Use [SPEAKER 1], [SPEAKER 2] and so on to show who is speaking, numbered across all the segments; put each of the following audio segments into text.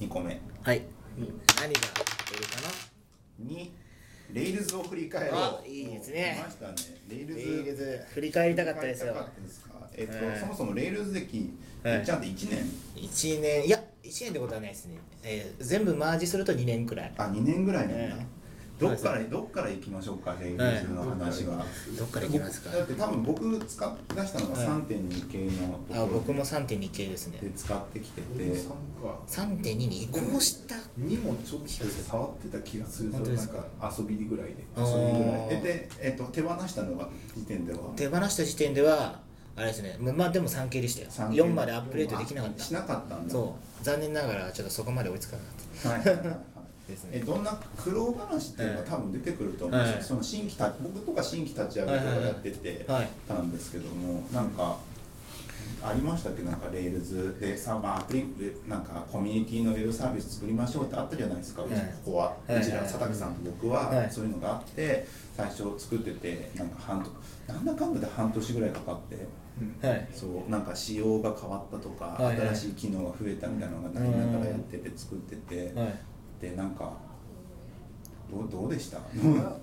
[SPEAKER 1] 2個目
[SPEAKER 2] はい何が出るかな
[SPEAKER 1] にレイルズを振り返
[SPEAKER 2] あ
[SPEAKER 1] ろう
[SPEAKER 2] いいですね
[SPEAKER 1] 見ましたねレイルズ
[SPEAKER 2] レイルズ振り返りたかったですよ
[SPEAKER 1] 振り返りたかったですかえっと、
[SPEAKER 2] はい
[SPEAKER 1] そもそもレイルズ歴、
[SPEAKER 2] はい
[SPEAKER 1] えっちゃんって1年
[SPEAKER 2] 1年いや1年ってことはないですね、えー全部マージすると2年くらい
[SPEAKER 1] あ2年ぐらいなんだ、
[SPEAKER 2] え
[SPEAKER 1] どっからどっから行きましょうかレイルズの話は、
[SPEAKER 2] どっから行きますか
[SPEAKER 1] だって多分僕使っ出したのが3.2系のところ
[SPEAKER 2] あ僕も3.2系ですね
[SPEAKER 1] で使ってきてて、
[SPEAKER 3] 俺も参加
[SPEAKER 2] 3.2に移行した
[SPEAKER 3] にもちょっと触ってた気がするぞ
[SPEAKER 2] 本当です
[SPEAKER 3] なん
[SPEAKER 2] か
[SPEAKER 3] か遊びぐらいで
[SPEAKER 2] あー
[SPEAKER 1] それぐらいでで、えっと、手放したのが時点では
[SPEAKER 2] 手放した時点ではあれですねもうまあでも3系でしたよ
[SPEAKER 1] 3系
[SPEAKER 2] 4までアップデートできなかっ
[SPEAKER 1] あ
[SPEAKER 2] た
[SPEAKER 1] しなかったんだ
[SPEAKER 2] そう残念ながらちょっとそこまで追いつかな
[SPEAKER 1] はい
[SPEAKER 2] かっ
[SPEAKER 1] はいはいはい
[SPEAKER 2] ですね
[SPEAKER 1] えどんな苦労話っていうのが多分出てくると思うんですよ、
[SPEAKER 2] はい
[SPEAKER 1] その新規た僕とか新規立ち上げとかやってて
[SPEAKER 2] はいはいはい
[SPEAKER 1] たんですけども、なんかありましたっけなんかレールズでさ、まあ、アプリなんかコミュニティのウェブサービス作りましょうってあったじゃないですか、うち
[SPEAKER 2] はい
[SPEAKER 1] ここは、
[SPEAKER 2] はいう
[SPEAKER 1] ちら佐竹さんと僕は、
[SPEAKER 2] はい
[SPEAKER 1] そういうのがあって最初作っててなんか半年なんだかんだで半年ぐらいかかって。
[SPEAKER 2] たはい
[SPEAKER 1] そうなんか仕様が変わったとか、
[SPEAKER 2] はいはい
[SPEAKER 1] 新しい機能が増えたみたいなのがないながらやってて作ってて、
[SPEAKER 2] はい
[SPEAKER 1] でなんかどうどうで した、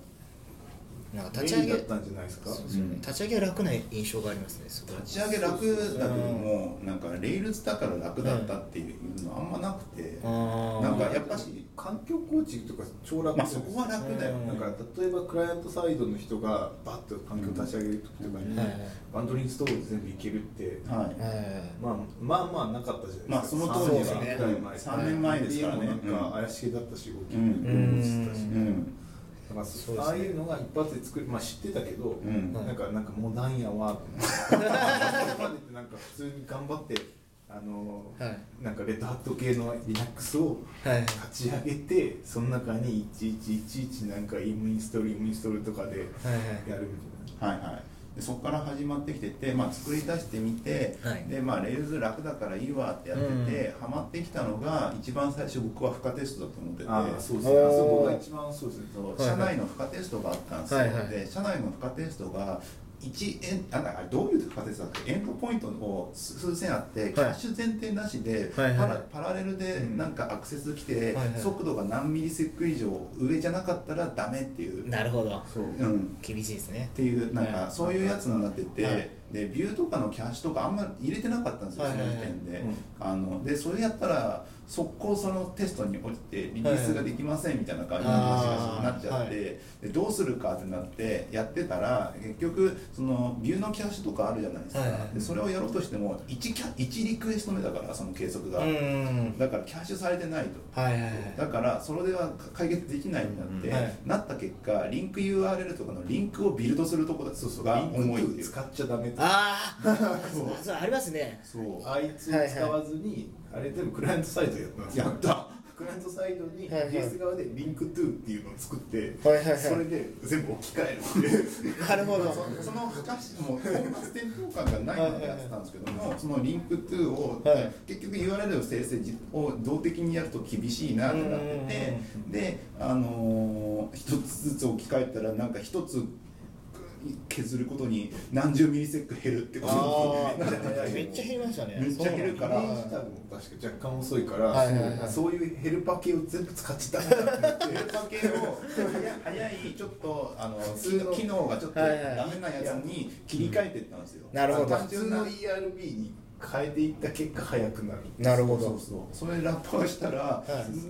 [SPEAKER 2] なんか立ち
[SPEAKER 3] メイ
[SPEAKER 2] 上
[SPEAKER 3] ン
[SPEAKER 2] げ
[SPEAKER 3] だったんじゃないですか
[SPEAKER 1] うん
[SPEAKER 2] 立ち上げは楽な印象がありますねすごい
[SPEAKER 1] 立ち上げ楽だけどもなんかレールズだから楽だったっていうのあんまなくて、
[SPEAKER 2] あ
[SPEAKER 1] なんか
[SPEAKER 3] やっぱし環境構築とか超楽
[SPEAKER 1] まあそこは楽だよ、
[SPEAKER 2] うん
[SPEAKER 3] なんか例えばクライアントサイドの人がバッと環境立ち上げる時とかに、
[SPEAKER 2] はいはい
[SPEAKER 3] バンドリンストールで全部いけるって、
[SPEAKER 1] はい、
[SPEAKER 2] え
[SPEAKER 3] まあ、まあまあなかったじゃないですか
[SPEAKER 1] まあその当時は
[SPEAKER 3] 3年ぐらい前
[SPEAKER 1] 3年前ですからね
[SPEAKER 3] DM もなんか怪しげだったし動きも映って
[SPEAKER 2] う
[SPEAKER 3] たし、
[SPEAKER 1] うん
[SPEAKER 3] だから
[SPEAKER 2] そ
[SPEAKER 3] そう
[SPEAKER 2] ですね
[SPEAKER 3] ああいうのが一発で作るまあ知ってたけど、
[SPEAKER 1] ん
[SPEAKER 3] なんかなんかモダンやわって思って今までってなんか普通に頑張ってあのー
[SPEAKER 2] はい
[SPEAKER 3] なんかレッドハット系の Linux を
[SPEAKER 2] はい
[SPEAKER 3] 立ち上げてその中に1111なんかインインストールインインストールとかで
[SPEAKER 2] はい
[SPEAKER 3] やるみ
[SPEAKER 1] はいはい、でそこから始まってきてて、まあ、作り出してみて、
[SPEAKER 2] はい
[SPEAKER 1] でまあ、レールズ楽だからいいわってやってて、ハマってきたのが一番最初僕は負荷テストだと思ってて
[SPEAKER 3] たいなああそうです
[SPEAKER 2] お
[SPEAKER 3] ね
[SPEAKER 2] ー
[SPEAKER 3] あそこが一番そうですね
[SPEAKER 1] そう
[SPEAKER 2] はい
[SPEAKER 1] 社内の負荷テストがあったんですよ、
[SPEAKER 2] はいはい
[SPEAKER 1] で社内の負荷テストが一円あなんかあれどういう負荷テストだっけエンドポイントを数数千あって、キャッシュ前提なしで、
[SPEAKER 2] はいはい
[SPEAKER 1] パラパラレルでなんかアクセス来て、
[SPEAKER 2] はいはい
[SPEAKER 1] 速度が何ミリセック以上上じゃなかったらダメっていう、
[SPEAKER 2] なるほど
[SPEAKER 3] そう
[SPEAKER 1] うん、
[SPEAKER 2] 厳しいですね
[SPEAKER 1] っていうなん
[SPEAKER 2] は
[SPEAKER 1] か
[SPEAKER 2] い
[SPEAKER 1] そういうやつになってて、
[SPEAKER 2] はい
[SPEAKER 1] でビューとかのキャッシュとかあんまり入れてなかったんですよ、
[SPEAKER 2] はいはいはい
[SPEAKER 1] その時点で,、
[SPEAKER 3] うん
[SPEAKER 1] あのでそれやったら速攻そのテストに降りてリリースができませんみたいな感じの話がなっちゃって、
[SPEAKER 2] あ
[SPEAKER 1] で
[SPEAKER 2] ー
[SPEAKER 1] どうするかってなってやってたら結局そのビューのキャッシュとかあるじゃないですか、
[SPEAKER 2] はいはい
[SPEAKER 1] でそれをやろうとしても 1, キャ1リクエスト目だからその計測
[SPEAKER 2] う
[SPEAKER 1] が、
[SPEAKER 2] ん
[SPEAKER 1] だからキャッシュされてないと。
[SPEAKER 2] はいはいはい
[SPEAKER 1] だからそれでは解決できないになって、
[SPEAKER 2] うんはい
[SPEAKER 1] なった結果リンク URL とかのリンクをビルドするところが重いって
[SPEAKER 3] リン
[SPEAKER 1] い
[SPEAKER 3] ク
[SPEAKER 1] う
[SPEAKER 3] 使っちゃダメとか
[SPEAKER 2] ああそうありますね
[SPEAKER 1] そう
[SPEAKER 3] あいつを使わずに、あれでもクライアントサイドやったんですよ
[SPEAKER 1] やった
[SPEAKER 3] クライアントサイドに
[SPEAKER 2] はいはい
[SPEAKER 3] JS 側でリンクトゥーっていうのを作って、
[SPEAKER 2] はいはいはい
[SPEAKER 3] それで全部置き換えるっていう
[SPEAKER 2] なるほど
[SPEAKER 1] そその昔もう本末転倒感がないのでやってたんですけどもそのリンク2を、
[SPEAKER 2] はい
[SPEAKER 1] 結局 URL を生成を動的にやると厳しいなってなっててであのー一つずつ置き換えたらなんか一つ削ることに何十ミリセック減るってことになっちゃって
[SPEAKER 3] あー
[SPEAKER 2] めっちゃ減りましたね
[SPEAKER 1] めっちゃ減る
[SPEAKER 3] イメ
[SPEAKER 1] から
[SPEAKER 3] ージタグも確か若干遅いから、
[SPEAKER 2] はいはいはい
[SPEAKER 3] そういうヘルパー系を全部使っちゃったんだって
[SPEAKER 1] ヘルパー系の早いちょっとあの機能機能がちょっとダメなやつに切り替えてったんですよ。
[SPEAKER 2] なるほど
[SPEAKER 3] 単純な ERB に変えていった結果早くなる
[SPEAKER 2] なるほ
[SPEAKER 1] そ
[SPEAKER 2] ど
[SPEAKER 1] うそうそれラップをしたら、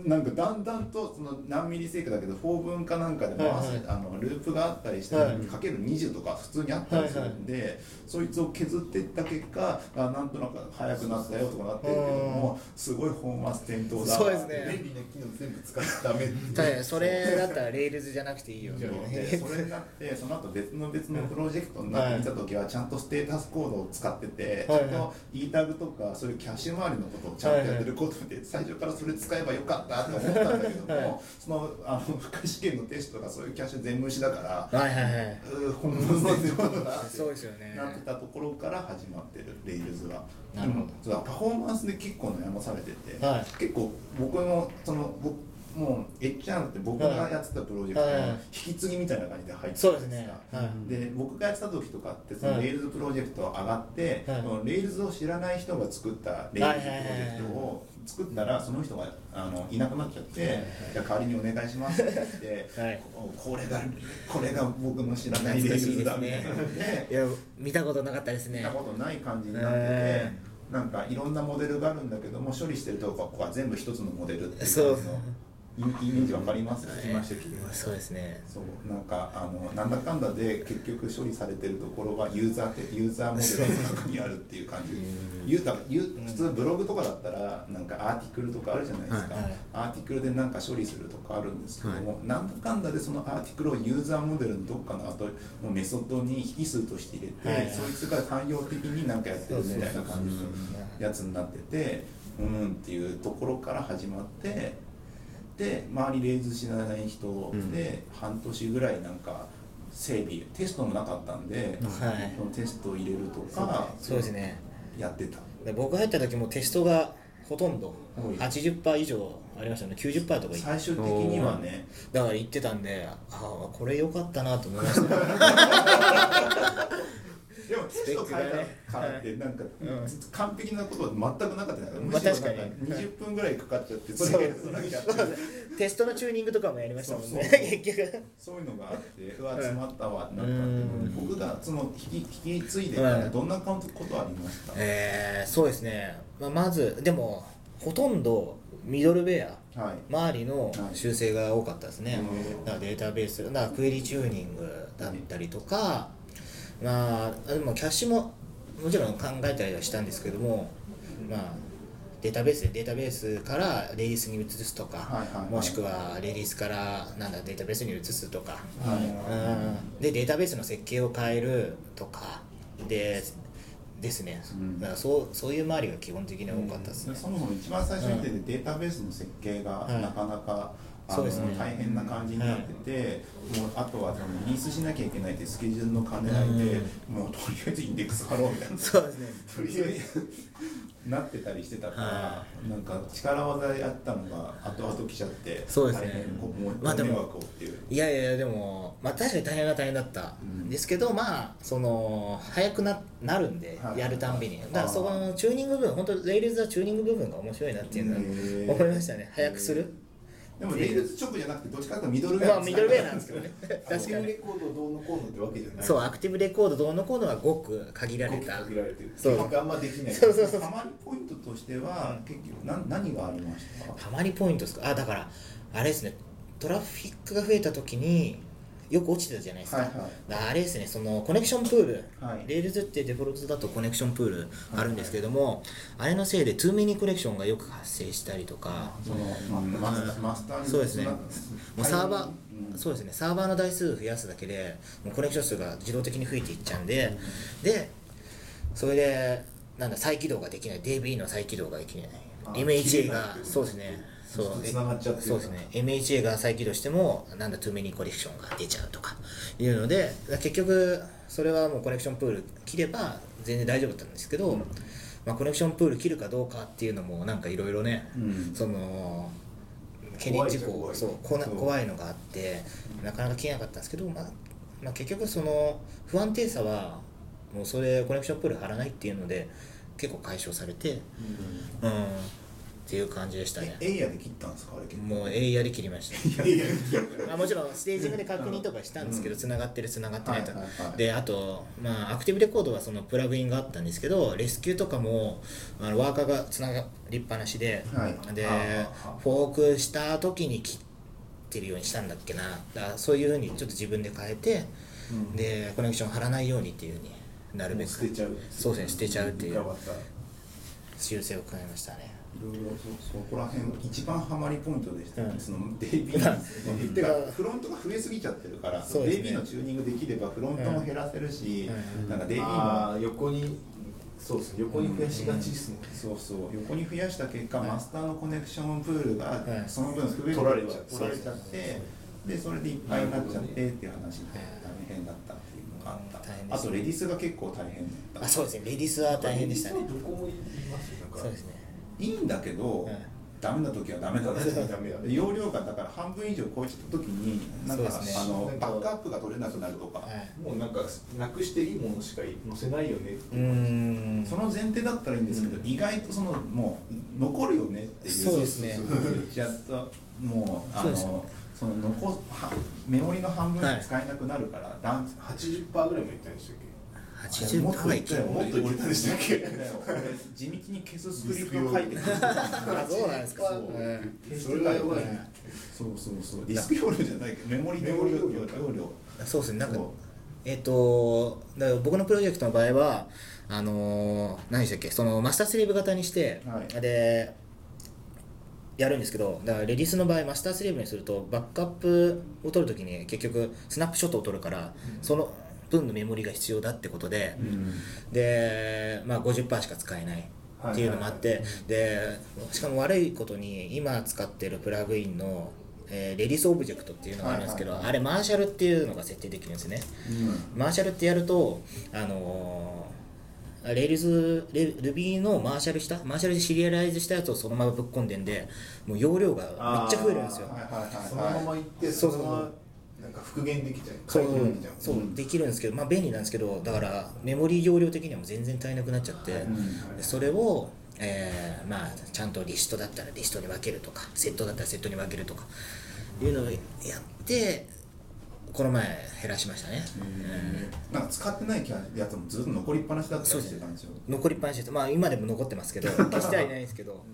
[SPEAKER 1] なんかだんだんとその何ミリセークだけど4分かなんかで回す、
[SPEAKER 2] はいはい
[SPEAKER 1] あのループがあったりして、
[SPEAKER 2] はい
[SPEAKER 1] かける20とか普通にあったりするんで、そいつを削っていった結果あなんとなく早くなったよとかなってるけどもすごい本末転倒だ
[SPEAKER 2] そうですね
[SPEAKER 3] 便利な機能全部使っちゃダメっていう
[SPEAKER 2] はいそれだったらレールズじゃなくていいよ
[SPEAKER 3] いや
[SPEAKER 1] でそれになってその後別の別のプロジェクトになってきた時はちゃんとステータスコードを使っててちゃ
[SPEAKER 2] はい
[SPEAKER 1] んと eTag とかそういうキャッシュ周りのことをちゃんとやってることで最初からそれ使えばよかったって思ったんだけど
[SPEAKER 2] はい
[SPEAKER 1] もそのあの不可試験のテストがそういうキャッシュ全無視だから
[SPEAKER 2] はいはいはいう
[SPEAKER 1] ー本物のテストだなって
[SPEAKER 2] そうですよね
[SPEAKER 1] なってたところから始まってるレイルズは
[SPEAKER 2] なるほど
[SPEAKER 1] うんそうだパフォーマンスで結構悩まされてて、
[SPEAKER 2] は
[SPEAKER 1] 結構僕のその僕もうエッチャンって僕がやってたプロジェクトの引き継ぎみたいな感じで入って
[SPEAKER 2] そうで
[SPEAKER 1] た
[SPEAKER 2] す
[SPEAKER 1] んです
[SPEAKER 2] ね
[SPEAKER 1] か、
[SPEAKER 2] はい
[SPEAKER 1] で僕がやってた時とかってその
[SPEAKER 2] はい
[SPEAKER 1] レールズプロジェクト上がって、
[SPEAKER 2] はい
[SPEAKER 1] そのレールズを知らない人が作ったレールズプロジェクトを作ったらその人があのいなくなっちゃって、じゃあ代わりにお願いしますって言って、
[SPEAKER 2] はい
[SPEAKER 1] ここれがこれが僕の知らないレールズだみたいなので
[SPEAKER 2] いや見たことなかったです
[SPEAKER 1] 見
[SPEAKER 2] ね
[SPEAKER 1] たことない感じになってて、
[SPEAKER 2] え
[SPEAKER 1] なんかいろんなモデルがあるんだけども処理してるとこは全部一つのモデルっていう
[SPEAKER 2] そう
[SPEAKER 1] 感じのイイメージわかります
[SPEAKER 2] はい
[SPEAKER 3] 聞きました聞きました
[SPEAKER 2] そうですね
[SPEAKER 1] そうなんかあのなんだかんだで結局処理されてるところはユーザーってユーザーモデルの中にあるっていう感じユーザーユー普通ブログとかだったらなんかアーティクルとかあるじゃないですか、
[SPEAKER 2] はいはい
[SPEAKER 1] アーティクルでなんか処理するとかあるんですけども、なんだかんだでそのアーティクルをユーザーモデルのどっかの後のメソッドに引数として入れて、
[SPEAKER 2] はいはい
[SPEAKER 1] そいつが汎用的になんかやってるみたいな感じのやつになっててうんっていうところから始まってで周りレイズ知らない人で半年ぐらいなんか整備テストもなかったんで、
[SPEAKER 2] はい
[SPEAKER 1] そのテストを入れるとか
[SPEAKER 2] そうですね
[SPEAKER 1] やってた。
[SPEAKER 2] で僕入った時もテストがほとんど
[SPEAKER 1] 多い
[SPEAKER 2] 80%以上ありましたね90%とかい
[SPEAKER 1] 最終的にはね
[SPEAKER 2] だから行ってたんでああこれ良かったなと思いました
[SPEAKER 1] でもテスト変えたからってなんか完璧なことは全くなかったからむしろなんか
[SPEAKER 2] まあ確かに
[SPEAKER 1] 20分ぐらいかかっちゃってそれがそれだけやってる
[SPEAKER 2] テストのチューニングとかもやりましたもんね
[SPEAKER 1] そうそう
[SPEAKER 2] 結局
[SPEAKER 1] そういうのがあってうわ詰まったわってなっ
[SPEAKER 2] う
[SPEAKER 1] たん
[SPEAKER 2] ん
[SPEAKER 1] で僕がその引き引き継いでからどんなことことありました
[SPEAKER 2] えー、そうですね、まあ、まずでもほとんどミドルウェア
[SPEAKER 1] はい
[SPEAKER 2] 周りの修正が多かったですね、
[SPEAKER 1] うん
[SPEAKER 2] だからデータベースだからクエリチューニングだったりとか、まあでもキャッシュももちろん考えたりはしたんですけどもまあデータベースでデータベースからレディースに移すとか、
[SPEAKER 1] はいはいはい
[SPEAKER 2] もしくはレディースからなんだデータベースに移すとか、
[SPEAKER 1] はい
[SPEAKER 2] うんでデータベースの設計を変えるとかでですね、
[SPEAKER 1] うん
[SPEAKER 2] だからそうそういう周りが基本的に多かったですね、
[SPEAKER 1] そもそも一番最初に出てデータベースの設計がなかなか、あ
[SPEAKER 2] そ
[SPEAKER 1] の
[SPEAKER 2] うですね
[SPEAKER 1] 大変な感じになってて、もうあとはそのリースしなきゃいけないってスケジュールの兼ね合いで、もうとりあえずインデックス貼ろうみたいな
[SPEAKER 2] そうですね
[SPEAKER 1] とりあえずなってたりしてたから、
[SPEAKER 2] は
[SPEAKER 1] なんか力技やったのが後々来ちゃって
[SPEAKER 2] そうですね
[SPEAKER 1] 大変こうもう
[SPEAKER 2] まあでも
[SPEAKER 1] 迷惑をっていう、
[SPEAKER 2] いやいやいやでも、まあ、確かに大変は大変だった
[SPEAKER 1] うん
[SPEAKER 2] んですけど、まあその早くななるんで、
[SPEAKER 1] はい
[SPEAKER 2] やるたんびにだか
[SPEAKER 1] あ
[SPEAKER 2] ら
[SPEAKER 1] ー
[SPEAKER 2] そこのチューニング部分本当レイルズはチューニング部分が面白いなっていうの
[SPEAKER 1] へー
[SPEAKER 2] は思いましたね早くする
[SPEAKER 1] でもレールズ直じゃなくてどっちかというとミドルウェア
[SPEAKER 2] まあミドルウェアなんですけどね確か
[SPEAKER 3] アクティブレ
[SPEAKER 2] に
[SPEAKER 3] コードどうのこうのってわけじゃない
[SPEAKER 2] そうアクティブレコードどうのこうのはごく限られた
[SPEAKER 3] 限られてる
[SPEAKER 2] そう
[SPEAKER 3] なんかあんまできない
[SPEAKER 2] そうそうそう
[SPEAKER 1] ハマりポイントとしては、結局な何がありましたか
[SPEAKER 2] ハマりポイントですかあだからあれですねトラフィックが増えた時によく落ちてたじゃないですか、
[SPEAKER 1] はいはい
[SPEAKER 2] だからあれですねそのコネクションプール、
[SPEAKER 1] はい
[SPEAKER 2] レールズってデフォルトだとコネクションプールあるんですけども、あれのせいで2ミニコネクションがよく発生したりとか、
[SPEAKER 1] その、まあ、マスターに
[SPEAKER 2] そうですね
[SPEAKER 1] な
[SPEAKER 2] もうサーバー、
[SPEAKER 1] うん
[SPEAKER 2] そうですねサーバーの台数増やすだけでもうコネクション数が自動的に増えていっちゃうんで、でそれでなんだ再起動ができない DB の再起動ができない
[SPEAKER 3] あ
[SPEAKER 2] MHA
[SPEAKER 3] 切れないっ
[SPEAKER 2] が
[SPEAKER 3] ていう
[SPEAKER 2] そうですねそう
[SPEAKER 3] ずっと繋がっちゃってる
[SPEAKER 2] そうですね MHA が再起動してもなんだ 2many コネクションが出ちゃうとかいうのでだ結局それはもうコネクションプール切れば全然大丈夫だったんですけど、まあ、コネクションプール切るかどうかっていうのもなんかいろいろね、
[SPEAKER 1] うん
[SPEAKER 2] その懸念事項
[SPEAKER 3] 怖いじ
[SPEAKER 2] そ
[SPEAKER 3] ゃん
[SPEAKER 2] うこな
[SPEAKER 1] そう
[SPEAKER 2] 怖いのがあってなかなか切れなかったんですけど、まあ、まあ結局その不安定さはもうそれコネクションプール貼らないっていうので結構解消されてうんっていう感じでしたね
[SPEAKER 1] えエイヤーで切ったんですかあれ結構
[SPEAKER 2] もうえいやり切りました
[SPEAKER 1] いやいやいや
[SPEAKER 2] まあもちろんステージングで確認とかしたんですけど繋がってる繋がってないと
[SPEAKER 1] はいはいはい
[SPEAKER 2] であとまあアクティブレコードはそのプラグインがあったんですけどレスキューとかもあのワーカーが繋がりっぱなしで
[SPEAKER 1] はい
[SPEAKER 2] で
[SPEAKER 1] あああ
[SPEAKER 2] フォークした時に切ってるようにしたんだっけなだからそういうふうにちょっと自分で変えて
[SPEAKER 1] うん
[SPEAKER 2] でコネクション張らないようにっていうふうになるべく
[SPEAKER 3] 捨てちゃう
[SPEAKER 2] そうですね捨てちゃうっていう
[SPEAKER 3] ガバッタ
[SPEAKER 2] 修正を加えましたね
[SPEAKER 1] いろいろそそこら辺一番ハマりポイントでしたね、
[SPEAKER 2] うん
[SPEAKER 1] そのデイビーなんですねてかフロントが増えすぎちゃってるから、
[SPEAKER 2] そうです
[SPEAKER 1] デ
[SPEAKER 2] ね
[SPEAKER 1] イビーのチューニングできればフロントも減らせるし、
[SPEAKER 2] うん
[SPEAKER 1] なんかデイビー
[SPEAKER 3] あ
[SPEAKER 1] の
[SPEAKER 3] ー横にそうですね横に増やしがちですね
[SPEAKER 1] そうそう横に増やした結果、
[SPEAKER 2] はい
[SPEAKER 1] マスターのコネクションプールが
[SPEAKER 2] はい
[SPEAKER 1] その分増え
[SPEAKER 3] 取られちゃって
[SPEAKER 1] 取られちゃってでそれでいっぱいになっちゃってっていう話で大変だったっていうのがあった、
[SPEAKER 2] 大変で
[SPEAKER 1] あ
[SPEAKER 2] すね
[SPEAKER 1] とレディースが結構大変だった
[SPEAKER 2] あそうですねレディースは大変でしたね
[SPEAKER 3] どこも言いますよなんか
[SPEAKER 2] そうですね
[SPEAKER 1] いいんだけど、
[SPEAKER 2] はい
[SPEAKER 1] ダメな時はダメだ って
[SPEAKER 3] ダメだね
[SPEAKER 1] 容量がだから半分以上超えちゃった時になんか、
[SPEAKER 2] そうですね
[SPEAKER 1] あの
[SPEAKER 3] なんか
[SPEAKER 1] バックアップが取れなくなるとか、
[SPEAKER 2] はい
[SPEAKER 3] もうなんかなくしていいものしか載せないよねって
[SPEAKER 2] うーん
[SPEAKER 1] その前提だったらいいんですけど、
[SPEAKER 3] うん
[SPEAKER 1] 意外とそのもう残るよねっていう
[SPEAKER 2] そうですね
[SPEAKER 1] 言っちゃったもうあ
[SPEAKER 2] そ
[SPEAKER 1] の
[SPEAKER 2] うですね
[SPEAKER 1] その残はメモリの半分
[SPEAKER 2] はい
[SPEAKER 1] 使えなくなるから、だん
[SPEAKER 3] 80%ぐらいもいったんでしたっ
[SPEAKER 2] 80
[SPEAKER 1] もっと
[SPEAKER 2] はい
[SPEAKER 1] いったよ
[SPEAKER 3] もっといったでしたっけ
[SPEAKER 1] 俺地道に消すスクリプトを書いてくる
[SPEAKER 2] あそうなんですか
[SPEAKER 1] そう
[SPEAKER 2] うん
[SPEAKER 3] け
[SPEAKER 1] それがやばい
[SPEAKER 2] ね
[SPEAKER 1] そうそうそうディスク容量じゃないけどメモリの容量
[SPEAKER 3] メモリ容
[SPEAKER 2] そうですねなんか
[SPEAKER 1] そう
[SPEAKER 2] えっ、とだから僕のプロジェクトの場合はあのー何でしたっけそのマスタースリーブ型にして、
[SPEAKER 1] はい
[SPEAKER 2] でやるんですけどだからレディースの場合マスタースリーブにするとバックアップを取るときに結局スナップショットを取るから、その分のメモリが必要だってことで、で、まあ、50%しか使えないっていうのもあって、
[SPEAKER 3] はいはい
[SPEAKER 2] でしかも悪いことに今使ってるプラグインの、えーレディースオブジェクトっていうのがあるんですけど、
[SPEAKER 1] はいはい
[SPEAKER 2] あれマーシャルっていうのが設定できるんですねマーシャルってやるとあのーレールズレ Ruby のマーシャルしたマーシャルでシリアライズしたやつをそのままぶっ込んでんでもう容量がめっちゃ増えるんですよ
[SPEAKER 3] あー
[SPEAKER 1] はいはいはい
[SPEAKER 3] そのまま行って
[SPEAKER 2] そ
[SPEAKER 3] そうの
[SPEAKER 2] そうそう
[SPEAKER 3] ままなんか復元できちゃう
[SPEAKER 2] そう
[SPEAKER 3] 改造できちゃう
[SPEAKER 2] そう
[SPEAKER 1] うん
[SPEAKER 2] できるんですけど、まあ、便利なんですけどだからメモリー容量的にはもう全然足りなくなっちゃって、
[SPEAKER 1] ん
[SPEAKER 2] でそれを、えーまあ、ちゃんとリストだったらリストに分けるとかセットだったらセットに分けるとかいうのをやってこの前減らしましたね、
[SPEAKER 1] なんか使ってないやつもずっと残りっぱなしだったりしてたんですよ
[SPEAKER 2] 残りっぱなしですまあ今でも残ってます けど消してはいないんですけど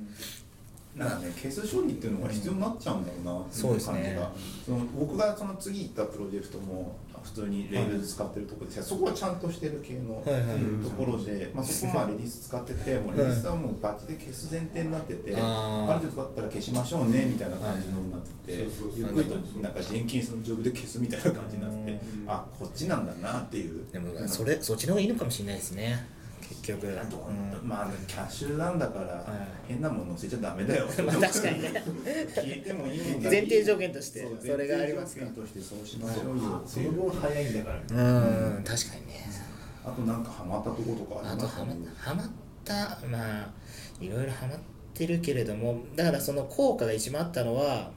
[SPEAKER 1] なんかね、消す処理っていうのが必要になっちゃうんだろうなっていう感じが、
[SPEAKER 2] そうですね
[SPEAKER 1] その僕がその次行ったプロジェクトも普通にレールズ使ってるところですがそこはちゃんとしてる系の
[SPEAKER 2] はいはい
[SPEAKER 1] ところで、まあ、そこまあレディース使っててもうレディースはもうバチで消す前提になってて、
[SPEAKER 2] あー
[SPEAKER 1] ある程度だったら消しましょうねみたいな感じのになってて、
[SPEAKER 3] はいそうそうそう
[SPEAKER 1] ゆっくりとなんかジェンキンスのジョブで消すみたいな感じになってて、
[SPEAKER 3] うん
[SPEAKER 1] あこっちなんだなっていう。
[SPEAKER 2] でもそれそっちの方がいいのかもしれないですね結局、うん
[SPEAKER 1] まあキャッシュなんだから
[SPEAKER 2] い
[SPEAKER 1] 変なもの載せちゃダメだよ、
[SPEAKER 2] まあ確かにね
[SPEAKER 1] 聞いてもいいのに
[SPEAKER 2] 前提条件として
[SPEAKER 1] う
[SPEAKER 2] それがありますか
[SPEAKER 1] 前提条件としてそうしましょうよって
[SPEAKER 3] そ
[SPEAKER 1] い
[SPEAKER 3] の
[SPEAKER 1] う
[SPEAKER 3] 分早いんだから
[SPEAKER 2] うん、確かにね
[SPEAKER 1] あとなんかハマったとことかあ
[SPEAKER 2] あ
[SPEAKER 1] り
[SPEAKER 2] と
[SPEAKER 1] ます
[SPEAKER 2] ハ
[SPEAKER 1] か
[SPEAKER 2] マハマったまあいろいろハマってるけれどもだからその効果が一番あったのは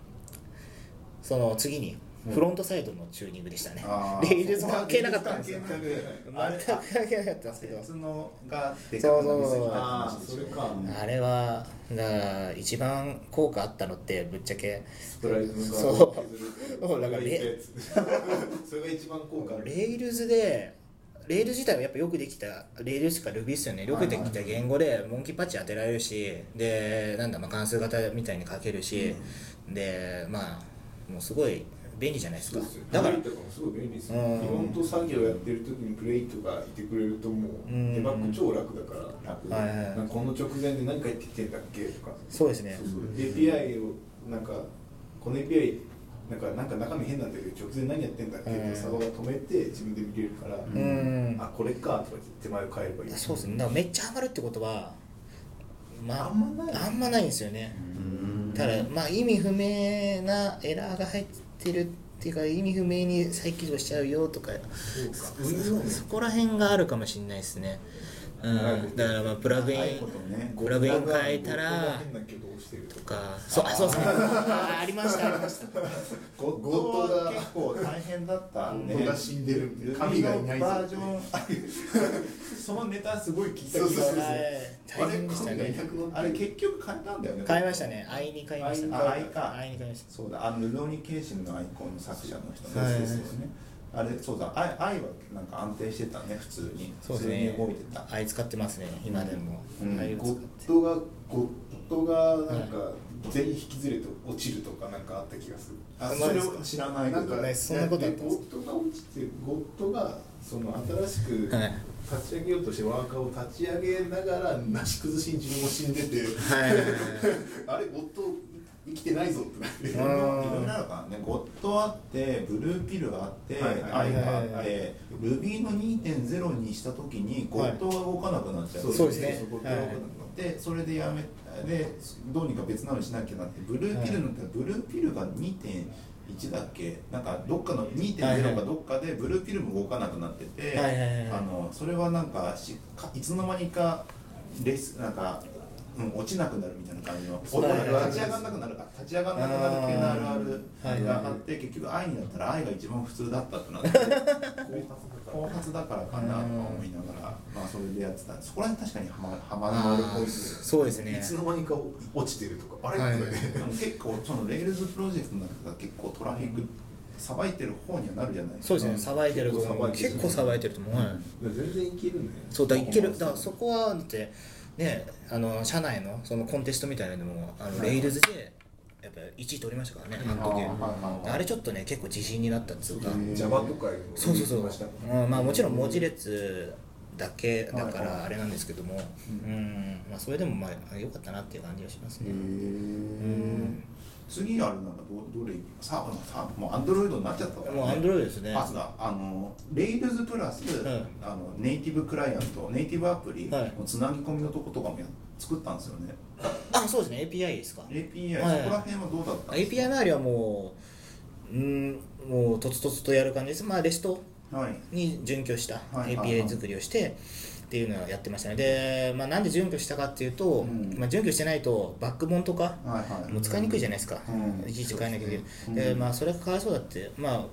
[SPEAKER 2] その次にフロントサイドのチューニングでしたね、
[SPEAKER 1] あー
[SPEAKER 2] レールズ関係なかったんですよ
[SPEAKER 1] 関係なくあれ
[SPEAKER 2] 全く関係なかったんですけど
[SPEAKER 1] 別のがでかくなりすぎたって話でしょ
[SPEAKER 3] そうそうそうあーそれか
[SPEAKER 1] うん
[SPEAKER 2] あれはだから一番効果あったのってぶっちゃけ
[SPEAKER 3] スプライズの
[SPEAKER 2] そう
[SPEAKER 3] 側を削る
[SPEAKER 2] そうだからね
[SPEAKER 3] それが一番効果ある
[SPEAKER 2] レールズでレール自体はやっぱよくできたレールしか Ruby っすよねよくできた言語でモンキーパッチ当てられるしでなんだまあ関数型みたいに書けるし、でまあもうすごい便利じゃないです
[SPEAKER 3] そ
[SPEAKER 2] か
[SPEAKER 3] うですよ
[SPEAKER 2] だから
[SPEAKER 3] プレイとかもすごい便利ですよ
[SPEAKER 2] うん
[SPEAKER 3] フロント作業やってる時にプレイとかいてくれるともう
[SPEAKER 2] うん
[SPEAKER 3] デバッグ超楽だから
[SPEAKER 1] 楽
[SPEAKER 2] はいはい
[SPEAKER 3] なんかこの直前で何書いてきてんだっけとか
[SPEAKER 2] そうですね
[SPEAKER 3] そうそう API をなんかこの API なんかなんか中身変なんだけど直前何やってんだっけってサバが止めて自分で見れるから、
[SPEAKER 2] うーん
[SPEAKER 3] あこれかとか言って手前を変えればいい
[SPEAKER 2] そうですねだからめっちゃハマるってことはまあ
[SPEAKER 3] あんまない
[SPEAKER 2] あんまないんですよねただまあ意味不明なエラーが入ってるっていうか意味不明に再起動しちゃうよとか
[SPEAKER 3] そうか
[SPEAKER 2] そそこら辺があるかもしれないですね、うん、だからまあプラグイン
[SPEAKER 1] 長いことね
[SPEAKER 2] プラグイン変えたら
[SPEAKER 3] 変な挙動してると
[SPEAKER 2] と
[SPEAKER 3] か
[SPEAKER 2] かそうあそうですねあーありましたありました
[SPEAKER 1] ゴッドが結構大変だったね
[SPEAKER 3] ゴッドが死んでるみたいな
[SPEAKER 1] 神
[SPEAKER 3] 神が
[SPEAKER 1] が
[SPEAKER 3] い
[SPEAKER 1] い
[SPEAKER 3] な
[SPEAKER 1] ないい
[SPEAKER 3] ぞ
[SPEAKER 1] ぞバージョン そのネタすごい聞いた気がす
[SPEAKER 3] そうそうそう
[SPEAKER 1] る
[SPEAKER 2] はい大変でした
[SPEAKER 3] あ
[SPEAKER 2] ね
[SPEAKER 3] れ神がいなくなって
[SPEAKER 1] あれ結局変えたんだよね
[SPEAKER 2] 買いましたね愛に買いましたね
[SPEAKER 1] あ愛か
[SPEAKER 2] 愛に買いました
[SPEAKER 1] そうだ、あのルローニケーシンのアイコンの作者の人
[SPEAKER 2] はい
[SPEAKER 1] ね。そうですよね。あれ、そうだ、愛、愛はなんか安定してたね、普通に。
[SPEAKER 2] そうですね
[SPEAKER 1] 普通に動いてた。
[SPEAKER 2] 愛使ってますね今でも、
[SPEAKER 1] うん
[SPEAKER 2] 愛を使
[SPEAKER 3] ゴ
[SPEAKER 2] っ
[SPEAKER 3] ッ
[SPEAKER 2] て
[SPEAKER 3] ドがゴッドがなんか全員引きずれて落ちるとかなんかあった気がする
[SPEAKER 1] あ、
[SPEAKER 2] そう
[SPEAKER 1] そ
[SPEAKER 2] で
[SPEAKER 1] れ
[SPEAKER 2] すか
[SPEAKER 1] を知らないけ
[SPEAKER 3] なん
[SPEAKER 1] ど
[SPEAKER 3] か
[SPEAKER 2] ねそんなことあったん
[SPEAKER 3] ゴ
[SPEAKER 2] です
[SPEAKER 3] ッドが落ちてゴッドがその新しく
[SPEAKER 2] はい
[SPEAKER 3] 立ち上げようとしてワーカーを立ち上げながらなし崩しに自分も死んで てあれゴッド生きてないぞってなって
[SPEAKER 1] いろんないろんなのがね、ゴッドあって、ブルーピルあって、
[SPEAKER 3] はいはい
[SPEAKER 1] 愛があ
[SPEAKER 2] は
[SPEAKER 1] っ
[SPEAKER 2] いは
[SPEAKER 1] て、ルビーの2.0にした時にゴッドが動かなくなっちゃう。
[SPEAKER 2] そうですね
[SPEAKER 3] ゴッドが分かんなくなって
[SPEAKER 1] でそれでやめでどうにか別なのにしなきゃなってブルーピルの、ブルーピルが2.1だっけなんかどっかの
[SPEAKER 2] はいはい
[SPEAKER 1] 2.0かどっかでブルーピルも動かなくなってて、
[SPEAKER 2] はいはいはい
[SPEAKER 1] あのそれはなんかしかいつの間にかレスなんかうん、落ちなくなるみたいな感じの
[SPEAKER 3] そう
[SPEAKER 1] 俺も
[SPEAKER 2] はい
[SPEAKER 1] 立ち上がんなくなるから立ち上がんなくなるっていうのあ
[SPEAKER 2] あーはい
[SPEAKER 1] るあるがあって結局愛になったら愛が一番普通だったってなって 後発だからかなとか思いながらまあそれでやってたそこら辺確かにはまはま
[SPEAKER 2] あ
[SPEAKER 1] る
[SPEAKER 2] ーそうですね
[SPEAKER 3] いつの間にか落ちてるとかあれ、
[SPEAKER 2] はい
[SPEAKER 3] とかね
[SPEAKER 1] でも結構そのレールズプロジェクトなんかが結構トラフィックさばいてる方にはなるじゃないです
[SPEAKER 2] そ
[SPEAKER 1] か
[SPEAKER 2] うですね、さばいてると思う結
[SPEAKER 3] 結
[SPEAKER 2] 構
[SPEAKER 3] 構
[SPEAKER 2] さ
[SPEAKER 3] さ
[SPEAKER 2] ば
[SPEAKER 3] ば
[SPEAKER 2] いてると思う、はい
[SPEAKER 3] 全然いけるね
[SPEAKER 2] そうだいけるだからそこはだってねあの社内のそのコンテストみたいなのもあの
[SPEAKER 1] はい
[SPEAKER 2] レイルズでやっぱ1位取りましたからねあ
[SPEAKER 1] あーはい
[SPEAKER 2] の
[SPEAKER 1] はいは
[SPEAKER 2] 時
[SPEAKER 1] い
[SPEAKER 2] あれちょっとね結構自信になったっつうか
[SPEAKER 1] うん
[SPEAKER 3] Java とかよりも
[SPEAKER 2] そうそうそう、うん、まあもちろん文字列だけだ
[SPEAKER 1] は
[SPEAKER 2] か
[SPEAKER 1] いは
[SPEAKER 2] ら
[SPEAKER 1] い
[SPEAKER 2] あれなんですけども
[SPEAKER 1] う
[SPEAKER 2] うんまあそれでもまあ良かったなっていう感じはします
[SPEAKER 1] へ
[SPEAKER 2] ね
[SPEAKER 1] ー次あれなんだどどれサーブのサーブもうアンドロイドになっちゃったからね
[SPEAKER 2] もうアンドロイドですね
[SPEAKER 1] あそうだあのレイルズプラス、
[SPEAKER 2] ん
[SPEAKER 1] あのネイティブクライアントネイティブアプリ
[SPEAKER 2] はい
[SPEAKER 1] のつなぎ込みのとことかもや作ったんですよね
[SPEAKER 2] あそうですね API ですか
[SPEAKER 1] API、
[SPEAKER 2] はい
[SPEAKER 1] そこら辺はどうだったんです
[SPEAKER 2] API
[SPEAKER 1] か
[SPEAKER 2] 周りはもううんもうとつとつとやる感じですまあレスト
[SPEAKER 1] はい
[SPEAKER 2] に準拠した
[SPEAKER 1] はいはいはい
[SPEAKER 2] API 作りをしてっていうのをやってましたねで、まあ、なんで準拠したかっていうと、
[SPEAKER 1] ん
[SPEAKER 2] まあ、準拠してないとバックボンとか
[SPEAKER 1] はいはい
[SPEAKER 2] もう使いにくいじゃないですか、
[SPEAKER 1] うん
[SPEAKER 2] いちいち変えなきゃいけない、
[SPEAKER 1] うん
[SPEAKER 2] でまあ、それがかわいそうだって、まあ、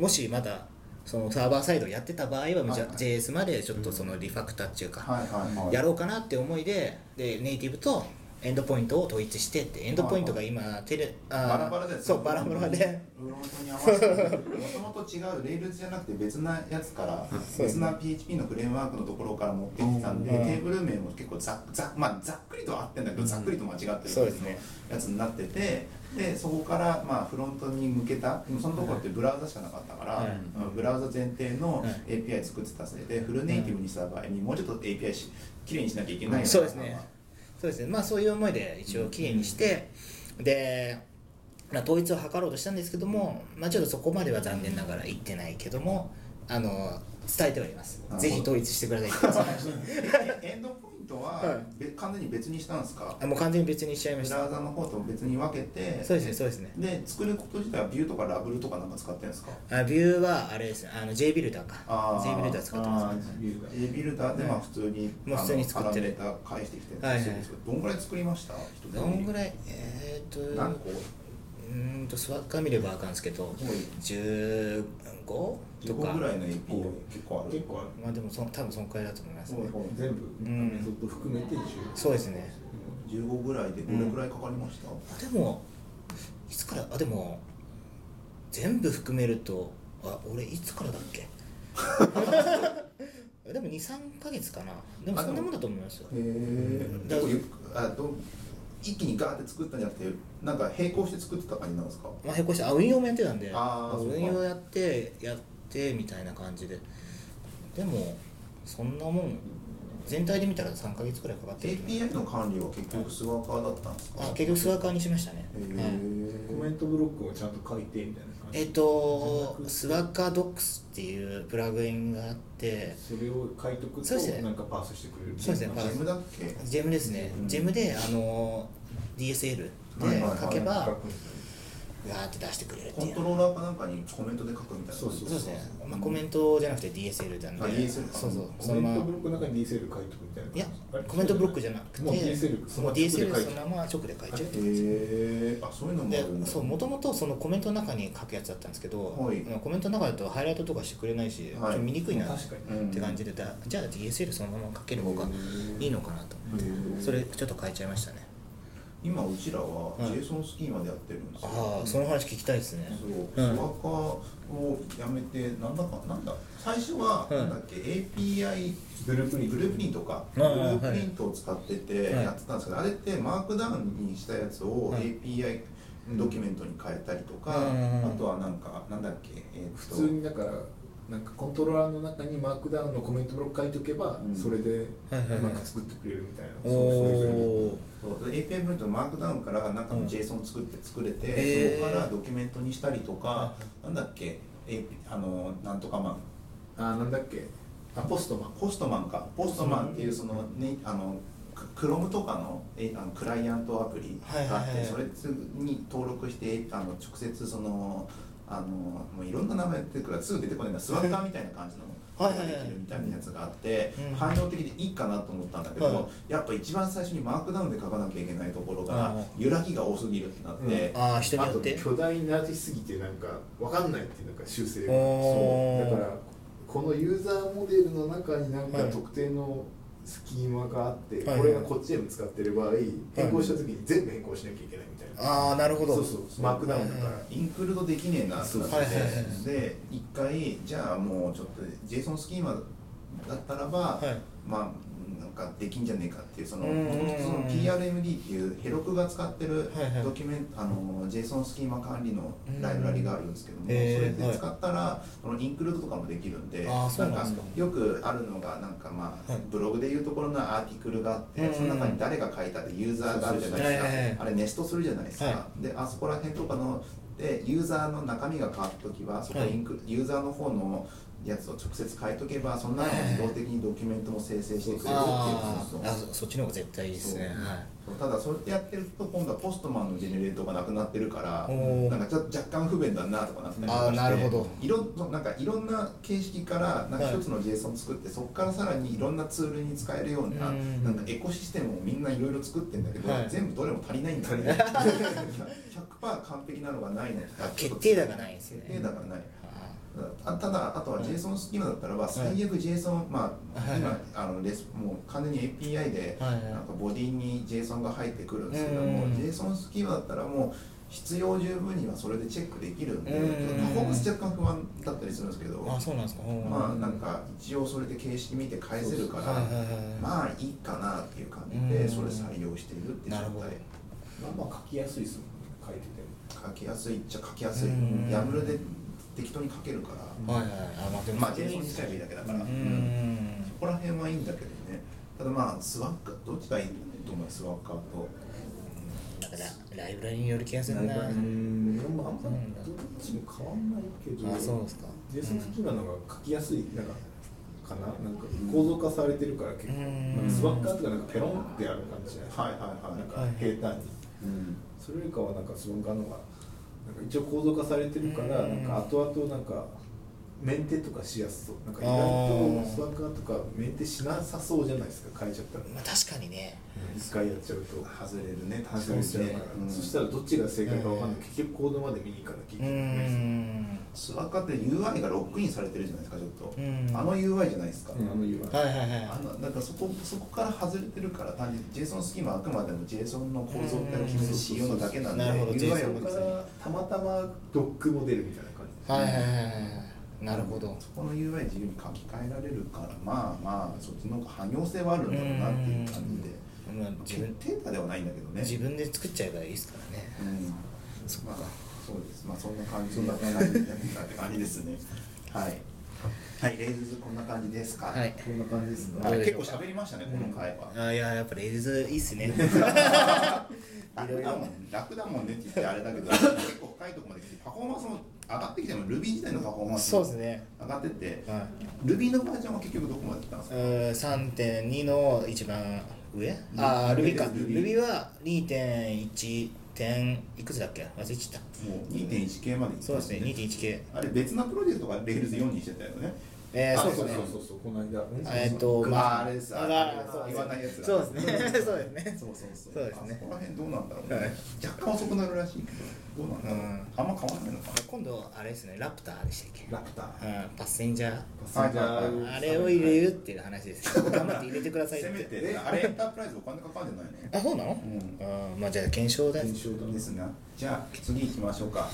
[SPEAKER 2] もしまだそのサーバーサイドやってた場合は、じゃ
[SPEAKER 1] はい
[SPEAKER 2] JS までちょっとそのリファクターっていうか、
[SPEAKER 1] はいはいはい
[SPEAKER 2] やろうかなって思いででネイティブとエンドポイントを統一してってエンドポイントが今テレあー
[SPEAKER 1] バラバラだよ
[SPEAKER 2] そうバラバラで。
[SPEAKER 1] ウロンに合わせてもともと違うレールズじゃなくて別なやつから
[SPEAKER 2] そう
[SPEAKER 1] 別な PHP のフレームワークのところから持ってきたんで
[SPEAKER 2] う
[SPEAKER 1] テ
[SPEAKER 2] ん
[SPEAKER 1] ーブル名も結構ざっざっ,、まあ、ざっくりとは合ってんだけどざっくりと間違ってる感じ
[SPEAKER 2] そう
[SPEAKER 1] の
[SPEAKER 2] ですね
[SPEAKER 1] やつになっててでそこからまあフロントに向けたでもそのところってブラウザしかなかったから、
[SPEAKER 2] はい
[SPEAKER 1] うんブラウザ前提の
[SPEAKER 2] はい
[SPEAKER 1] API 作ってたせいでフルネイティブにした場合にもうちょっと API しきれいにしなきゃいけない
[SPEAKER 2] そうですねそうですねまあそういう思いで一応きれいにして、で、まあ、統一を図ろうとしたんですけども、まあ、ちょっとそこまでは残念ながら行ってないけどもあの伝えてはいます
[SPEAKER 1] なるほど
[SPEAKER 2] ぜひ統一してくだ さいって
[SPEAKER 1] えエンドポイントは
[SPEAKER 2] は
[SPEAKER 1] べ完全に別にしたんですか
[SPEAKER 2] あもう完全に別にしちゃいまし
[SPEAKER 1] ブ
[SPEAKER 2] た
[SPEAKER 1] ラウザの方と別に分けて
[SPEAKER 2] そうですねそうですね
[SPEAKER 1] で作ること自体はビューとかラブルとかなんか使ってるんですか
[SPEAKER 2] あビューはあれですねあの J ビルダーか
[SPEAKER 1] あ
[SPEAKER 2] J ビルダー使ってますね
[SPEAKER 1] あー J ビルダーでまあ普通に、
[SPEAKER 2] もう普通に作ってる
[SPEAKER 1] あのパラメータ返してきてる
[SPEAKER 2] はいはい
[SPEAKER 1] そうですけどどんぐらい作りました
[SPEAKER 2] どんぐ
[SPEAKER 1] い
[SPEAKER 2] らいえー、っと
[SPEAKER 1] 何個
[SPEAKER 2] うーんとスワッカー見ればあかんですけど15とか
[SPEAKER 1] 15ぐらいの AP 結構ある
[SPEAKER 3] 結構ある
[SPEAKER 2] まあでもそ多分そのくらいだと思います、ね、
[SPEAKER 3] 全部
[SPEAKER 2] うん
[SPEAKER 3] メソッド含めて10
[SPEAKER 2] そうですね
[SPEAKER 1] 15ぐらいでどれぐらいかかりました、
[SPEAKER 2] でもいつからあでも全部含めるとあ俺いつからだっけ でも23か月かなでも
[SPEAKER 1] あ
[SPEAKER 2] そん
[SPEAKER 1] で
[SPEAKER 2] な
[SPEAKER 1] も
[SPEAKER 2] もんだと思いますよ
[SPEAKER 1] へ
[SPEAKER 2] うん
[SPEAKER 1] え結構ゆっくあど一気にガーって作ったんじゃなくてなんか並行して作ってた感じなんですか
[SPEAKER 2] まあ、並行してあ運用もやってたんで
[SPEAKER 1] あーそうか
[SPEAKER 2] 運用やってやってみたいな感じででもそんなもん全体で見たら3か月くらいかかってる
[SPEAKER 1] API の管理は結局スワーカーだったんですか
[SPEAKER 2] あ結局スワーカーにしましたね、はい
[SPEAKER 3] コメントブロックをちゃんと書いてみたいな感じ
[SPEAKER 2] えっ、とスワーカードックスっていうプラグインがあって
[SPEAKER 3] それを書いとく
[SPEAKER 2] そうですね
[SPEAKER 3] となんかパースしてくれる
[SPEAKER 2] そうですねパ
[SPEAKER 1] ジ
[SPEAKER 2] ス
[SPEAKER 1] ェムだっけ
[SPEAKER 2] ジェムですね、
[SPEAKER 1] うん
[SPEAKER 2] ジェムであの DSL で
[SPEAKER 1] はいはいはい
[SPEAKER 2] 書けば
[SPEAKER 3] 書く
[SPEAKER 2] ガーって出してくれるって
[SPEAKER 1] コ
[SPEAKER 2] い
[SPEAKER 1] ン
[SPEAKER 2] う
[SPEAKER 1] トローラーかなんかにコメントで書くみたいな
[SPEAKER 3] そうそう
[SPEAKER 2] そうですね、まあ、コメントじゃなくて DSL なんで
[SPEAKER 1] あ DSL か
[SPEAKER 2] そうそう
[SPEAKER 3] コ
[SPEAKER 2] その
[SPEAKER 3] メン
[SPEAKER 2] ま
[SPEAKER 3] ト
[SPEAKER 2] ま
[SPEAKER 3] ブロックの中に DSL 書いとくみたいない
[SPEAKER 2] や
[SPEAKER 3] 感じあれ、
[SPEAKER 2] コメントブロックじゃなくて、
[SPEAKER 3] もう DSL
[SPEAKER 2] そ
[SPEAKER 3] その
[SPEAKER 2] の
[SPEAKER 3] まま直で書
[SPEAKER 2] DSL そ
[SPEAKER 3] いて
[SPEAKER 2] のまま直で書いちゃうっていう。
[SPEAKER 1] へえあそういうのもあ
[SPEAKER 2] で
[SPEAKER 1] るんだ
[SPEAKER 2] そうもともとそのコメントの中に書くやつだったんですけど、
[SPEAKER 1] はい
[SPEAKER 2] コメントの中だとハイライトとかしてくれないし、
[SPEAKER 1] はい
[SPEAKER 2] ちょっと見にくいなっ
[SPEAKER 3] 確かに
[SPEAKER 1] うん
[SPEAKER 2] て感じでだじゃあ DSL そのまま書ける方がいいのかなと
[SPEAKER 1] へ
[SPEAKER 2] 思って
[SPEAKER 1] え
[SPEAKER 2] それちょっと変えちゃいましたね
[SPEAKER 1] 今うちらは
[SPEAKER 2] はい
[SPEAKER 1] JSON スキーマでやってるんですよ
[SPEAKER 2] ああその話聞きたいですね
[SPEAKER 1] そう、ス
[SPEAKER 2] う
[SPEAKER 1] ワ
[SPEAKER 2] ん
[SPEAKER 1] ーカーをやめてなんだかなんだ最初は
[SPEAKER 2] うん
[SPEAKER 1] なんだっけ API
[SPEAKER 3] グループに
[SPEAKER 1] ブループリントかブ
[SPEAKER 2] あ
[SPEAKER 1] ル
[SPEAKER 2] ー
[SPEAKER 1] ープリントを使ってて
[SPEAKER 2] はい
[SPEAKER 1] やってたんですけど、あれってマークダウンにしたやつを
[SPEAKER 2] はい
[SPEAKER 1] API ドキュメントに変えたりとか、
[SPEAKER 2] うん
[SPEAKER 1] あとはなんかなんだっけえーっと
[SPEAKER 3] 普通にだからなんかコントローラーの中にマークダウンのコメントブロック書いとけば、
[SPEAKER 1] うん
[SPEAKER 3] それでう
[SPEAKER 2] はいはいはい
[SPEAKER 3] まく作ってくれるみたいな、
[SPEAKER 2] お
[SPEAKER 3] そうそういう
[SPEAKER 2] お
[SPEAKER 1] そうで API ブルートのマークダウンから中
[SPEAKER 2] うん
[SPEAKER 1] の JSON 作って作れて、
[SPEAKER 2] へー
[SPEAKER 1] そこからドキュメントにしたりとか、なんだっけ、AP、あのなんとかマン
[SPEAKER 3] あーなんだっけあポストマン
[SPEAKER 1] ポストマンかポストマンっていうその、ね、あのクロムとかのえあのクライアントアプリがあって、
[SPEAKER 2] はいはいはい
[SPEAKER 1] それつに登録してあの直接そのあのもういろんな名前出てくるからすぐ出てこないなスワッターみたいな感じのことができるみたいなやつがあって
[SPEAKER 2] はいはいはいうん
[SPEAKER 1] 汎用的でいいかなと思ったんだけど、
[SPEAKER 2] はい
[SPEAKER 1] やっぱ一番最初にマークダウンで書かなきゃいけないところが
[SPEAKER 2] は
[SPEAKER 1] 揺らぎが多すぎるってなって、
[SPEAKER 3] うん
[SPEAKER 2] ああ人によって
[SPEAKER 3] 巨大になりすぎてなんか分かんないっていうなんか修正が
[SPEAKER 2] おー
[SPEAKER 3] そうだからこのユーザーモデルの中になんか
[SPEAKER 2] はい
[SPEAKER 3] 特定のスキーマがあって、
[SPEAKER 2] はいはい
[SPEAKER 3] これがこっちへも使ってる場合変更した時に全部変更しなきゃいけないみたいな、
[SPEAKER 2] ああなるほど
[SPEAKER 3] そうそうマークダウンだから、
[SPEAKER 2] うん
[SPEAKER 1] インクルードできねえなってなって、
[SPEAKER 2] はいはいはい
[SPEAKER 1] で一回じゃあもうちょっと JSON スキーマだったらば、
[SPEAKER 2] はい
[SPEAKER 1] まあなんかできんじゃねえかっていうその
[SPEAKER 2] うんうんうん
[SPEAKER 1] その PRMD っていうヘロクが使ってる
[SPEAKER 2] はいはい
[SPEAKER 1] ドキュメント、あの JSON スキーマ管理のライブラリがあるんですけども、
[SPEAKER 2] うんえー
[SPEAKER 1] それで使ったら、そのインクルードとかもできるんで
[SPEAKER 2] あーそうなん
[SPEAKER 1] か
[SPEAKER 2] ですか
[SPEAKER 1] よくあるのがなんかまあ、
[SPEAKER 2] はい
[SPEAKER 1] ブログでいうところのアーティクルがあって、
[SPEAKER 2] うんうん
[SPEAKER 1] その中に誰が書いたってユーザーがあるじゃないですか、
[SPEAKER 2] そうそうそうはいはいはい
[SPEAKER 1] あれネストするじゃないですか、
[SPEAKER 2] は
[SPEAKER 1] であそこら辺とかのでユーザーの中身が変わった時はそこ
[SPEAKER 2] はい
[SPEAKER 1] インク、ユーザーの方のやつを直接変えとけばその中で自動的にドキュメントも生成してくれるっていう
[SPEAKER 2] あ
[SPEAKER 1] そうそう
[SPEAKER 2] ーあそそっちの方が絶対いいですね
[SPEAKER 1] そう
[SPEAKER 2] はい
[SPEAKER 1] そうただそれってやってると今度はポストマンのジェネレートがなくなってるから
[SPEAKER 2] おー
[SPEAKER 1] なんかちょ若干不便だなとかなったりと
[SPEAKER 2] あ
[SPEAKER 1] か
[SPEAKER 2] ー
[SPEAKER 1] して
[SPEAKER 2] なるほど
[SPEAKER 1] いろんそうなんかいろんな形式からなんか
[SPEAKER 2] はい
[SPEAKER 1] 一つの JSON 作って、そこからさらにいろんなツールに使えるような
[SPEAKER 2] うん
[SPEAKER 1] なんかエコシステムをみんないろいろ作ってんだけど、
[SPEAKER 2] はい
[SPEAKER 1] 全部どれも足りないんだ よね100%完璧なのがないの
[SPEAKER 2] あ決定打がないんですね
[SPEAKER 1] 決定打がない
[SPEAKER 2] あ
[SPEAKER 1] あただあとは
[SPEAKER 2] はい
[SPEAKER 1] JSON 好きなだったらば、最悪 JSON まあ、
[SPEAKER 2] はい
[SPEAKER 1] 今あのレスもう完全に API で、
[SPEAKER 2] はいはい
[SPEAKER 1] なんかボディに JSON が入ってくるんですけども、
[SPEAKER 2] うん
[SPEAKER 1] JSON 好きなだったらもう必要十分にはそれでチェックできるんで、
[SPEAKER 2] うん
[SPEAKER 1] パフォーマンス若干不安だったりするんですけど、
[SPEAKER 2] ーあそうなんですか
[SPEAKER 1] まあなんか一応それで形式見て返せるから、
[SPEAKER 2] はいはいはいはい
[SPEAKER 1] まあいいかなっていう感じ
[SPEAKER 2] う
[SPEAKER 1] で
[SPEAKER 2] ん
[SPEAKER 1] それ採用しているっていう
[SPEAKER 2] なる
[SPEAKER 1] 状
[SPEAKER 2] ほど
[SPEAKER 1] 態。
[SPEAKER 4] まあまあ書きやすいですもんね書いてても
[SPEAKER 1] 書きやすいっちゃ書きやすい
[SPEAKER 2] うん
[SPEAKER 1] ヤムルで適当に書けるから、
[SPEAKER 2] はいはいあまあでも
[SPEAKER 1] まあ JSON 自体はいいだけだから、
[SPEAKER 2] う
[SPEAKER 1] うん
[SPEAKER 2] ん
[SPEAKER 1] そこら辺はいいんだけどねただまあスワッカどっちがいいと思うスワッカーと
[SPEAKER 2] だからライブラリによる気がするな
[SPEAKER 4] う
[SPEAKER 2] あ
[SPEAKER 4] んでもまああんま
[SPEAKER 2] う
[SPEAKER 4] どっ
[SPEAKER 2] ん
[SPEAKER 4] ちも変わんないけど
[SPEAKER 2] そうですか
[SPEAKER 4] ジェイソンスキーマの方が書きやすいなんかかななんか構造化されてるから結構
[SPEAKER 2] うん
[SPEAKER 4] なんかスワッカーとかなんかペロンってある感じじゃないですか
[SPEAKER 1] はいはいはい
[SPEAKER 4] なんか平坦に
[SPEAKER 1] うん
[SPEAKER 4] それよりかはなんかスワッカーの方がなんか一応構造化されてるから
[SPEAKER 2] う
[SPEAKER 4] なんんか後々なんかメンテとかしやすそうなんか意
[SPEAKER 2] あ
[SPEAKER 4] 外
[SPEAKER 2] ー
[SPEAKER 4] とスワッカーとかメンテしなさそうじゃないですか変えちゃったら
[SPEAKER 2] まあ確かにね
[SPEAKER 4] 一回やっちゃうと
[SPEAKER 1] 外れるね
[SPEAKER 4] 外れちゃうから
[SPEAKER 1] うん
[SPEAKER 4] そしたらどっちが正解かわかんない結局コードまで見に行かなきゃいうけないですね
[SPEAKER 2] ん
[SPEAKER 1] スワッカーって UI がロックインされてるじゃないですかちょっと、
[SPEAKER 2] うん
[SPEAKER 1] あの UI じゃないですか、
[SPEAKER 4] うんあの UI
[SPEAKER 2] はいはいはい
[SPEAKER 1] あのなんかそこそこから外れてるから単に JSON スキーマはあくまでも JSON の構造体を決める仕様なだけなんで
[SPEAKER 2] うんなるほど
[SPEAKER 1] UI を
[SPEAKER 4] だからたまたまドックモデルみたいな感じ
[SPEAKER 2] はいはいはいはいなるほど
[SPEAKER 1] そこの UI 自由に書き換えられるからまあまあそっちの方が汎用性はあるんだろうなっていう感じで
[SPEAKER 2] まあ自
[SPEAKER 1] 決
[SPEAKER 2] 分
[SPEAKER 1] 定打ではないんだけどね
[SPEAKER 2] 自分で作っちゃえばいいですからね
[SPEAKER 1] うん
[SPEAKER 2] そっ
[SPEAKER 1] まあ
[SPEAKER 2] か
[SPEAKER 1] そうですまあそんな感じそんな感じだったって感じですねはいはいレイズズこんな感じですか
[SPEAKER 2] はい
[SPEAKER 4] こんな感じですね
[SPEAKER 1] あ結構喋りましたねこの回は、
[SPEAKER 2] あいややっぱレイズいいっすね
[SPEAKER 1] 楽だもん楽だもんねって言ってあれだけど結構深いところまで来てパフォーマンスも上がってきても Ruby 自体のパフォーマンス
[SPEAKER 2] そう
[SPEAKER 1] も
[SPEAKER 2] ですね
[SPEAKER 1] 上がってって
[SPEAKER 2] は
[SPEAKER 1] Ruby のバージョンは結局どこまでいったんです
[SPEAKER 2] い
[SPEAKER 1] か
[SPEAKER 2] うん3.2の一番上あー Ruby か Ruby は2.1点いくつだっけ忘れちゃっ
[SPEAKER 1] もう2.1系までいったた
[SPEAKER 2] そうですね 2.1K
[SPEAKER 1] あれ別なプロジェクトがレールズ4にしてたよね。
[SPEAKER 2] えー、そうですね
[SPEAKER 4] そうそうそうこの間うん
[SPEAKER 2] えーっと
[SPEAKER 1] まああれです。
[SPEAKER 2] あ
[SPEAKER 1] れ
[SPEAKER 2] そうです
[SPEAKER 1] 言わないやつだ
[SPEAKER 2] そう ですねそうですね
[SPEAKER 1] そうそうそう。
[SPEAKER 2] そうですね
[SPEAKER 1] あそこら辺どうなんだろうね。
[SPEAKER 2] はい
[SPEAKER 1] 若干遅くなるらしいけど、どうなんだろう。
[SPEAKER 2] うん
[SPEAKER 1] あんま変わらないのか
[SPEAKER 2] 今度あれですねラプターでしたっけ
[SPEAKER 4] ラプター
[SPEAKER 2] うんパッセンジャ
[SPEAKER 4] パッセンジャ
[SPEAKER 2] ー
[SPEAKER 4] ー
[SPEAKER 2] あれを入れるっていう話です頑張って入れてくだ
[SPEAKER 1] な。
[SPEAKER 2] さいっ
[SPEAKER 1] せめ
[SPEAKER 2] て
[SPEAKER 1] て、あれエンタープライズお金かかるんじゃないの
[SPEAKER 2] あそうなの、
[SPEAKER 1] うん
[SPEAKER 2] あーまあじゃあ検証だよ
[SPEAKER 4] 検証だ
[SPEAKER 1] ですな。じゃあ次行きましょうか。